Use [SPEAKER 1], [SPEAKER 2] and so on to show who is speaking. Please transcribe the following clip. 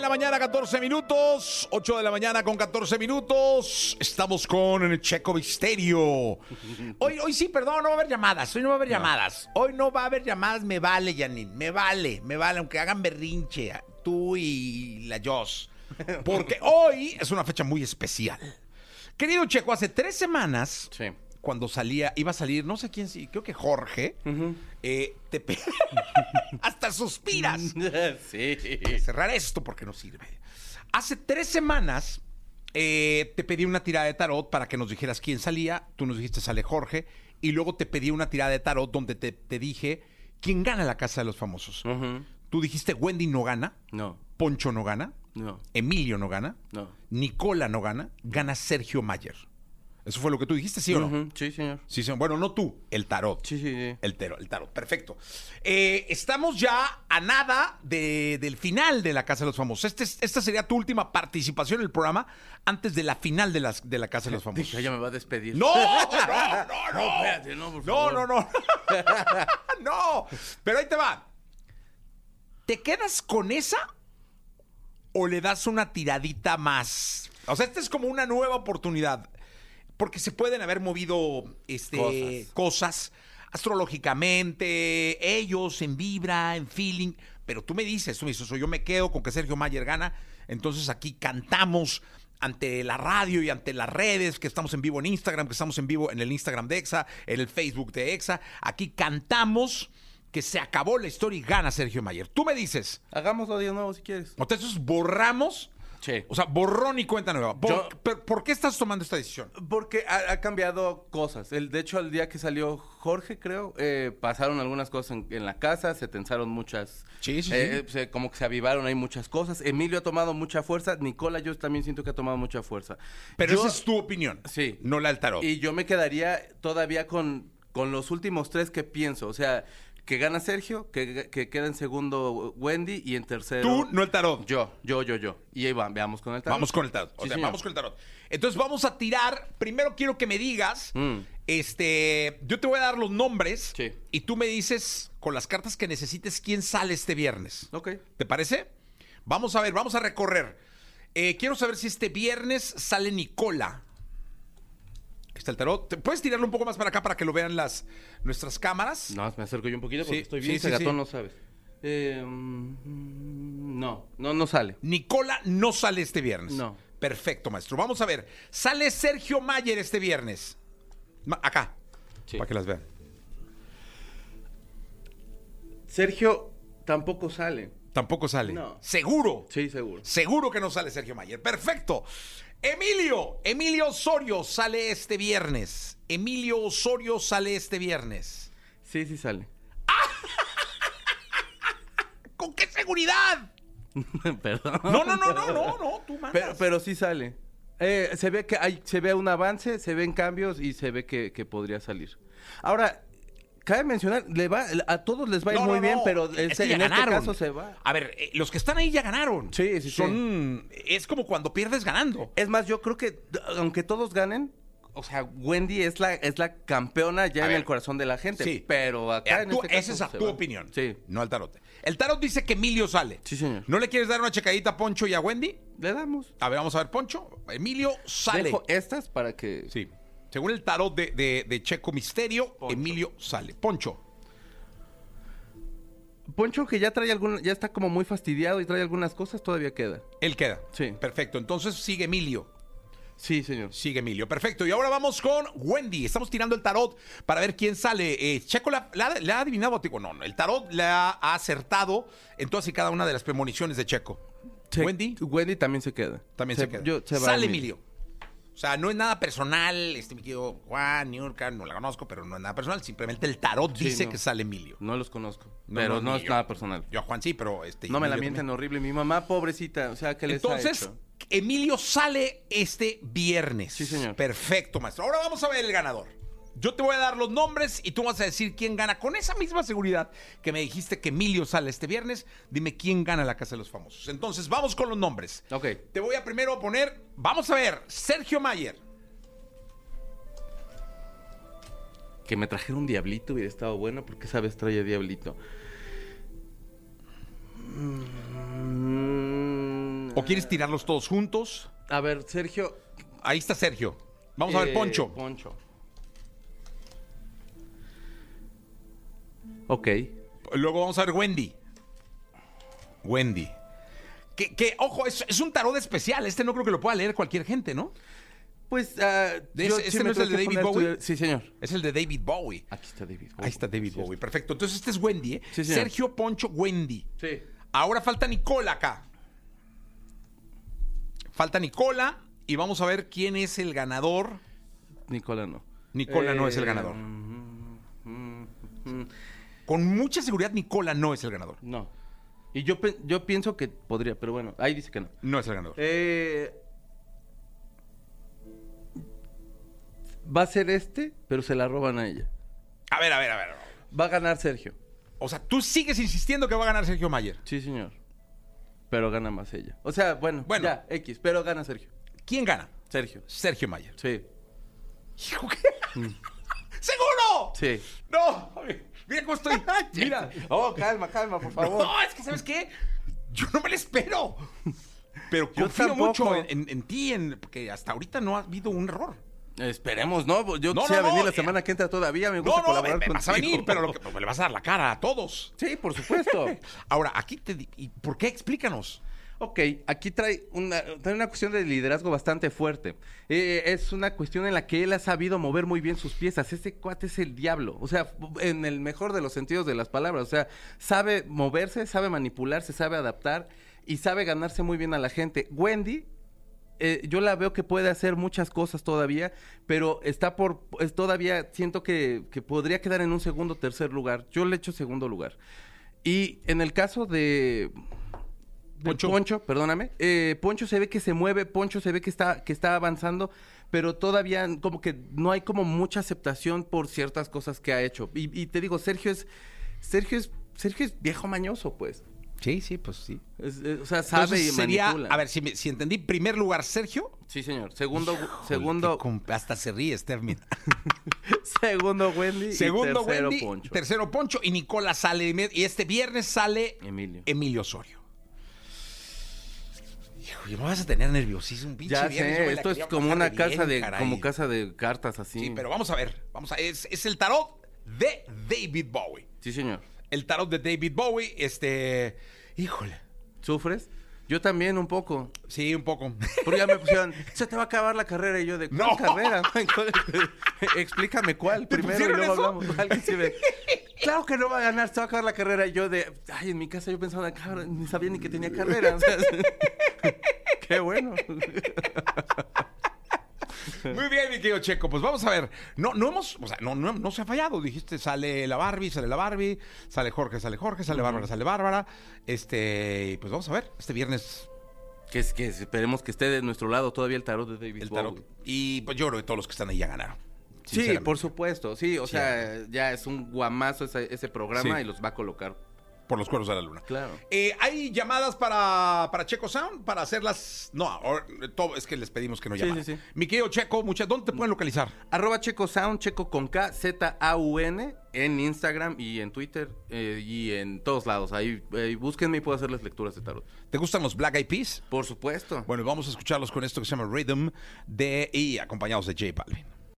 [SPEAKER 1] la mañana, 14 minutos. 8 de la mañana con 14 minutos. Estamos con el Checo Misterio.
[SPEAKER 2] Hoy, hoy sí, perdón, no va a haber llamadas. Hoy no va a haber llamadas. Hoy no va a haber llamadas. Me vale, Janine. Me vale, me vale. Aunque hagan berrinche, tú y la Joss.
[SPEAKER 1] Porque hoy es una fecha muy especial. Querido Checo, hace tres semanas, cuando salía, iba a salir, no sé quién, sí, creo que Jorge, eh, te pe- hasta suspiras.
[SPEAKER 3] sí.
[SPEAKER 1] Voy a cerrar esto porque no sirve. Hace tres semanas eh, te pedí una tirada de tarot para que nos dijeras quién salía. Tú nos dijiste sale Jorge. Y luego te pedí una tirada de tarot donde te, te dije quién gana la casa de los famosos.
[SPEAKER 3] Ujú.
[SPEAKER 1] Tú dijiste Wendy no gana,
[SPEAKER 3] No,
[SPEAKER 1] Poncho no gana,
[SPEAKER 3] no,
[SPEAKER 1] Emilio no gana,
[SPEAKER 3] no.
[SPEAKER 1] Nicola no gana, gana Sergio Mayer. Eso fue lo que tú dijiste, ¿sí o no?
[SPEAKER 3] Ujú, Mm, Sí, señor.
[SPEAKER 1] Sí, señor. Bueno, no tú, el tarot.
[SPEAKER 3] Sí, sí, sí.
[SPEAKER 1] El tarot, el tarot, perfecto. Eh, estamos ya a nada de- del final de la Casa de los Famosos. Este es- esta sería tu última participación en el programa antes de la final de, las, de la Casa de los
[SPEAKER 3] Dije,
[SPEAKER 1] Famosos.
[SPEAKER 3] ella me va a despedir.
[SPEAKER 1] ¡No! ¡No, no,
[SPEAKER 3] No,
[SPEAKER 1] no!
[SPEAKER 3] espérate, no, por
[SPEAKER 1] No,
[SPEAKER 3] favor.
[SPEAKER 1] no, no. No. Pero ahí te va. ¿Te quedas con esa o le das una tiradita más? O sea, esta es como una nueva oportunidad. Porque se pueden haber movido este, cosas. astrológicamente, ellos en vibra, en feeling. Pero tú me dices, tú me dices, o yo me quedo con que Sergio Mayer gana. Entonces aquí cantamos ante la radio y ante las redes, que estamos en vivo en Instagram, que estamos en vivo en el Instagram de EXA, en el Facebook de EXA. Aquí cantamos que se acabó la historia y gana Sergio Mayer. Tú me dices,
[SPEAKER 3] Hagámoslo de nuevo si quieres.
[SPEAKER 1] entonces borramos,
[SPEAKER 3] Sí.
[SPEAKER 1] o sea, borrón y cuenta nueva. ¿Por,
[SPEAKER 3] Yo-
[SPEAKER 1] per- por qué estás tomando esta decisión?
[SPEAKER 3] Porque ha, ha cambiado cosas. El, de hecho, al día que salió Jorge, creo, eh, pasaron algunas cosas en, en la casa, se tensaron muchas.
[SPEAKER 1] Sí, sí, sí.
[SPEAKER 3] eh, se- como que se avivaron, hay muchas cosas. Emilio ha tomado mucha fuerza. Nicola, yo también siento que ha tomado mucha fuerza.
[SPEAKER 1] Pero
[SPEAKER 3] Yo-
[SPEAKER 1] esa es tu opinión,
[SPEAKER 3] Sí.
[SPEAKER 1] no la del tarot.
[SPEAKER 3] Y yo me quedaría todavía con, con los últimos tres que pienso. O sea, que gana Sergio, que, que queda en segundo Wendy y en tercero.
[SPEAKER 1] Tú, no el tarot.
[SPEAKER 3] Yo, yo, yo, yo. Y ahí va, veamos con el tarot.
[SPEAKER 1] Vamos con el tarot. O
[SPEAKER 3] Sí,
[SPEAKER 1] sea,
[SPEAKER 3] señor.
[SPEAKER 1] vamos con el tarot. Entonces vamos a tirar. Primero quiero que me digas,
[SPEAKER 3] Mm.
[SPEAKER 1] este, yo te voy a dar los nombres
[SPEAKER 3] Sí.
[SPEAKER 1] y tú me dices con las cartas que necesites quién sale este viernes.
[SPEAKER 3] Ok.
[SPEAKER 1] ¿Te parece? Vamos a ver, vamos a recorrer. Eh, quiero saber si este viernes sale Nicola. Ahí Está el tarot. ¿Te- ¿Puedes tirarlo un poco más para acá para que lo vean las nuestras cámaras?
[SPEAKER 3] No, me acerco yo un poquito porque
[SPEAKER 1] Sí,
[SPEAKER 3] estoy
[SPEAKER 1] sí,
[SPEAKER 3] bien
[SPEAKER 1] sí,
[SPEAKER 3] cegatón,
[SPEAKER 1] sí.
[SPEAKER 3] no sabes. Eh, mm, no, no, no sale.
[SPEAKER 1] Nicola no sale este viernes.
[SPEAKER 3] No.
[SPEAKER 1] Perfecto, maestro. Vamos a ver. Sale Sergio Mayer este viernes. Ma- acá.
[SPEAKER 3] Sí.
[SPEAKER 1] Para que las vean.
[SPEAKER 3] Sergio tampoco sale.
[SPEAKER 1] Tampoco sale.
[SPEAKER 3] No.
[SPEAKER 1] Seguro.
[SPEAKER 3] Sí, seguro.
[SPEAKER 1] Seguro que no sale Sergio Mayer. Perfecto. Emilio, Emilio Osorio sale este viernes. Emilio Osorio sale este viernes.
[SPEAKER 3] Sí, sí sale.
[SPEAKER 1] ¿Con qué seguridad?
[SPEAKER 3] Perdón.
[SPEAKER 1] No, no, no, no, no, no, tú mandas.
[SPEAKER 3] Pero, pero sí sale. Eh, se ve que hay, se ve un avance, se ven cambios y se ve que, que podría salir. Ahora, cabe mencionar, le va, a todos les va a ir
[SPEAKER 1] No,
[SPEAKER 3] pues, muy
[SPEAKER 1] no,
[SPEAKER 3] bien,
[SPEAKER 1] no.
[SPEAKER 3] pero
[SPEAKER 1] Es que
[SPEAKER 3] este-
[SPEAKER 1] ya
[SPEAKER 3] en este
[SPEAKER 1] ganaron.
[SPEAKER 3] caso se va.
[SPEAKER 1] A ver, eh, los que están ahí ya ganaron.
[SPEAKER 3] Sí, sí, sí.
[SPEAKER 1] Son, Es como cuando pierdes ganando.
[SPEAKER 3] Es más, yo creo que d- aunque todos ganen, o sea, Wendy es la, es la campeona ya
[SPEAKER 1] A
[SPEAKER 3] en
[SPEAKER 1] ver.
[SPEAKER 3] el corazón de la gente.
[SPEAKER 1] Sí.
[SPEAKER 3] Pero acá
[SPEAKER 1] Eh,
[SPEAKER 3] en
[SPEAKER 1] tú-
[SPEAKER 3] este caso
[SPEAKER 1] esa es a
[SPEAKER 3] se
[SPEAKER 1] tu
[SPEAKER 3] va.
[SPEAKER 1] opinión.
[SPEAKER 3] Sí.
[SPEAKER 1] No al tarot. El tarot dice que Emilio sale.
[SPEAKER 3] Sí, señor.
[SPEAKER 1] ¿No le quieres dar una checadita a Poncho y a Wendy?
[SPEAKER 3] Le damos.
[SPEAKER 1] A ver, vamos a ver, Poncho. Emilio sale.
[SPEAKER 3] Dejo estas para que.
[SPEAKER 1] Sí. Según el tarot de, de- de Checo Misterio, Emilio sale. Poncho.
[SPEAKER 3] Poncho, que ya trae algún, ya está como muy fastidiado y trae algunas cosas, todavía queda.
[SPEAKER 1] Él queda.
[SPEAKER 3] Sí.
[SPEAKER 1] Perfecto. Entonces sigue Emilio.
[SPEAKER 3] Sí, señor.
[SPEAKER 1] Sigue Emilio. Perfecto. Y ahora vamos con Wendy. Estamos tirando el tarot para ver quién sale. Eh, Checo la, la- la ha adivinado. Digo, no, no. El tarot le ha, ha acertado en todas y cada una de las premoniciones de Checo.
[SPEAKER 3] Se-
[SPEAKER 1] Wendy
[SPEAKER 3] Wendy también se queda.
[SPEAKER 1] también se, queda.
[SPEAKER 3] yo- se va
[SPEAKER 1] sale Emilio. sea, no es nada personal, este mi querido Juan, Niurka, no la conozco, pero no es nada personal. Simplemente el tarot
[SPEAKER 3] Sí,
[SPEAKER 1] dice
[SPEAKER 3] no.
[SPEAKER 1] que sale Emilio.
[SPEAKER 3] No los conozco.
[SPEAKER 1] No,
[SPEAKER 3] pero
[SPEAKER 1] no,
[SPEAKER 3] no,
[SPEAKER 1] ni
[SPEAKER 3] es
[SPEAKER 1] yo.
[SPEAKER 3] nada personal.
[SPEAKER 1] Yo a Juan sí, pero este.
[SPEAKER 3] No me la
[SPEAKER 1] Emilio
[SPEAKER 3] mienten
[SPEAKER 1] también.
[SPEAKER 3] horrible. Mi mamá, pobrecita. O sea, ¿qué les ha
[SPEAKER 1] Entonces,
[SPEAKER 3] hecho?
[SPEAKER 1] Emilio sale este viernes.
[SPEAKER 3] Sí, señor.
[SPEAKER 1] Perfecto, maestro. Ahora vamos a ver el ganador. Yo te voy a dar los nombres y tú vas a decir quién gana. Con esa misma seguridad que me dijiste que Emilio sale este viernes, dime quién gana la Casa de los Famosos. Entonces, vamos con los nombres.
[SPEAKER 3] Ok.
[SPEAKER 1] Te voy a primero poner, vamos a ver, Sergio Mayer.
[SPEAKER 3] Que me trajera un diablito hubiera estado bueno porque esa vez traía diablito. Mm,
[SPEAKER 1] ¿O quieres tirarlos todos juntos?
[SPEAKER 3] A ver, Sergio.
[SPEAKER 1] Ahí está Sergio. Vamos a ver,
[SPEAKER 3] eh,
[SPEAKER 1] Poncho.
[SPEAKER 3] Poncho. Ok.
[SPEAKER 1] Luego vamos a ver Wendy. Wendy. Que, que, ojo, es, es un tarot especial. Este no creo que lo pueda leer cualquier gente, ¿no?
[SPEAKER 3] Pues. ah,
[SPEAKER 1] ¿De
[SPEAKER 3] yo
[SPEAKER 1] ese-
[SPEAKER 3] sí
[SPEAKER 1] ese
[SPEAKER 3] me
[SPEAKER 1] no es
[SPEAKER 3] tengo
[SPEAKER 1] el de
[SPEAKER 3] que
[SPEAKER 1] David
[SPEAKER 3] poner a
[SPEAKER 1] Bowie?
[SPEAKER 3] estudiar- Sí, señor.
[SPEAKER 1] Es el de David Bowie.
[SPEAKER 3] Aquí está David Bowie.
[SPEAKER 1] Ahí está David
[SPEAKER 3] cierto.
[SPEAKER 1] Bowie. Perfecto. Entonces este es Wendy, ¿eh?
[SPEAKER 3] Oh, Sí, señor.
[SPEAKER 1] Sergio, Poncho, Wendy.
[SPEAKER 3] Sí.
[SPEAKER 1] Ahora falta Nicola acá. Falta Nicola y vamos a ver quién es el ganador.
[SPEAKER 3] Nicola no.
[SPEAKER 1] Nicola no es el
[SPEAKER 3] Eh,
[SPEAKER 1] ganador.
[SPEAKER 3] mm, mm, mm,
[SPEAKER 1] Con mucha seguridad, Nicola no es el ganador.
[SPEAKER 3] No. Y yo, pe- yo pienso que podría, pero bueno, ahí dice que no.
[SPEAKER 1] No es el ganador.
[SPEAKER 3] Eh, va a ser este, pero se la roban a ella.
[SPEAKER 1] A ver, a ver, a ver.
[SPEAKER 3] Va a ganar Sergio.
[SPEAKER 1] O sea, tú sigues insistiendo que va a ganar Sergio Mayer.
[SPEAKER 3] Sí, señor. Pero gana más ella. O sea, bueno,
[SPEAKER 1] Bueno.
[SPEAKER 3] ya, X, pero gana Sergio.
[SPEAKER 1] ¿Quién gana?
[SPEAKER 3] Sergio.
[SPEAKER 1] Sergio Mayer.
[SPEAKER 3] Sí,
[SPEAKER 1] Hijo, ¿qué? ¡Seguro!
[SPEAKER 3] sí.
[SPEAKER 1] ¡No! Mira cómo estoy. Mira.
[SPEAKER 3] Oh, calma, calma, por
[SPEAKER 1] No, es que ¿sabes qué? Yo no me lo espero. Pero
[SPEAKER 3] Yo
[SPEAKER 1] confío
[SPEAKER 3] tampoco.
[SPEAKER 1] mucho en, en- en ti, en, porque hasta ahorita no ha habido un error.
[SPEAKER 3] Esperemos, ¿no? Yo
[SPEAKER 1] No,
[SPEAKER 3] quisiera
[SPEAKER 1] no, no,
[SPEAKER 3] venir la
[SPEAKER 1] eh.
[SPEAKER 3] semana que entra todavía. Me
[SPEAKER 1] No,
[SPEAKER 3] gusta
[SPEAKER 1] no, me,
[SPEAKER 3] colaborar
[SPEAKER 1] me vas a
[SPEAKER 3] contigo.
[SPEAKER 1] venir, pero lo que, pues, le vas a dar la cara a todos.
[SPEAKER 3] Sí, por supuesto.
[SPEAKER 1] Ahora, aquí te... di- ¿y ¿Por qué? Explícanos.
[SPEAKER 3] Ok, aquí trae una, trae una cuestión de liderazgo bastante fuerte. Eh, es una cuestión en la que él ha sabido mover muy bien sus piezas. Este cuate es el diablo, o sea, en el mejor de los sentidos de las palabras. O sea, sabe moverse, sabe manipularse, sabe adaptar y sabe ganarse muy bien a la gente. Wendy, eh, yo la veo que puede hacer muchas cosas todavía, pero está por, es todavía siento que, que podría quedar en un segundo, tercer lugar. Yo le echo segundo lugar. Y en el caso de del
[SPEAKER 1] Poncho.
[SPEAKER 3] Poncho, perdóname. eh, Poncho se ve que se mueve, Poncho se ve que está, que está avanzando, pero todavía como que no hay como mucha aceptación por ciertas cosas que ha hecho. Y, y te digo, Sergio es, Sergio es, Sergio es viejo mañoso, pues.
[SPEAKER 1] Sí, sí, pues sí.
[SPEAKER 3] Es- es- o sea, sabe
[SPEAKER 1] Entonces
[SPEAKER 3] y
[SPEAKER 1] sería...
[SPEAKER 3] manipula.
[SPEAKER 1] A ver, si, me- si entendí, primer lugar, Sergio.
[SPEAKER 3] Sí, señor. Segundo,
[SPEAKER 1] Híjole,
[SPEAKER 3] segundo,
[SPEAKER 1] qué comp- Hasta se ríe, Stermin.
[SPEAKER 3] segundo Wendy. y
[SPEAKER 1] Segundo
[SPEAKER 3] tercero
[SPEAKER 1] Wendy,
[SPEAKER 3] Poncho.
[SPEAKER 1] tercero Poncho y Nicola sale. de med- Y este viernes sale
[SPEAKER 3] Emilio.
[SPEAKER 1] Emilio Osorio. Hijo, y me vas a tener nerviosísimo, pinche
[SPEAKER 3] Ya
[SPEAKER 1] viernes, yo
[SPEAKER 3] sé,
[SPEAKER 1] me la
[SPEAKER 3] esto es
[SPEAKER 1] quería
[SPEAKER 3] como
[SPEAKER 1] pasar
[SPEAKER 3] una
[SPEAKER 1] bien,
[SPEAKER 3] casa de,
[SPEAKER 1] caray.
[SPEAKER 3] como casa de cartas así.
[SPEAKER 1] Sí, pero vamos a ver. Vamos a, es, es el tarot de David Bowie.
[SPEAKER 3] Sí, señor.
[SPEAKER 1] El tarot de David Bowie, este. Híjole.
[SPEAKER 3] ¿Sufres? Yo también un poco.
[SPEAKER 1] Sí, un poco.
[SPEAKER 3] Porque ya me pusieron, se te va a acabar la carrera. Y yo, ¿de cuál
[SPEAKER 1] No.
[SPEAKER 3] carrera? Explícame cuál
[SPEAKER 1] ¿Te
[SPEAKER 3] primero y
[SPEAKER 1] pusieron
[SPEAKER 3] luego
[SPEAKER 1] eso?
[SPEAKER 3] hablamos. Alguien sí me- Claro que no va a ganar, se va a acabar la carrera. Y yo de, ay, en mi casa yo pensaba, cabrón, ni sabía ni que tenía carrera. o sea, qué bueno.
[SPEAKER 1] Muy bien, mi querido Checo. Pues vamos a ver. No, no hemos, o sea, no, no, no se ha fallado. Dijiste, sale la Barbie, sale la Barbie, sale Jorge, sale Jorge, sale Bárbara, sale Bárbara. Este, y pues vamos a ver. Este viernes
[SPEAKER 3] Que es que esperemos que esté de nuestro lado todavía el tarot de David
[SPEAKER 1] el
[SPEAKER 3] Bowie.
[SPEAKER 1] tarot. Y pues yo creo que todos los que están ahí ya ganaron.
[SPEAKER 3] Sí, por
[SPEAKER 1] su...
[SPEAKER 3] supuesto, sí, o
[SPEAKER 1] Sí.
[SPEAKER 3] sea, ya es un guamazo ese, ese programa
[SPEAKER 1] Sí.
[SPEAKER 3] y los va a colocar.
[SPEAKER 1] por los cuernos de la luna.
[SPEAKER 3] Claro.
[SPEAKER 1] Eh, ¿Hay llamadas para, para Checo Sound? Para hacerlas. No, ahora, eh, todo, es que les pedimos que no
[SPEAKER 3] Sí,
[SPEAKER 1] llamaran.
[SPEAKER 3] sí, sí.
[SPEAKER 1] Mi querido Checo, muchas, ¿dónde te pueden localizar?
[SPEAKER 3] Arroba Checo Sound, Checo con K, Z-A-U-N, en Instagram y en Twitter eh, y en todos lados. Ahí eh, búsquenme y puedo hacerles lecturas de tarot.
[SPEAKER 1] ¿Te gustan los Black Eyed Peas?
[SPEAKER 3] Por supuesto.
[SPEAKER 1] Bueno, vamos a escucharlos con esto que se llama Rhythm de, y acompañados de J Balvin.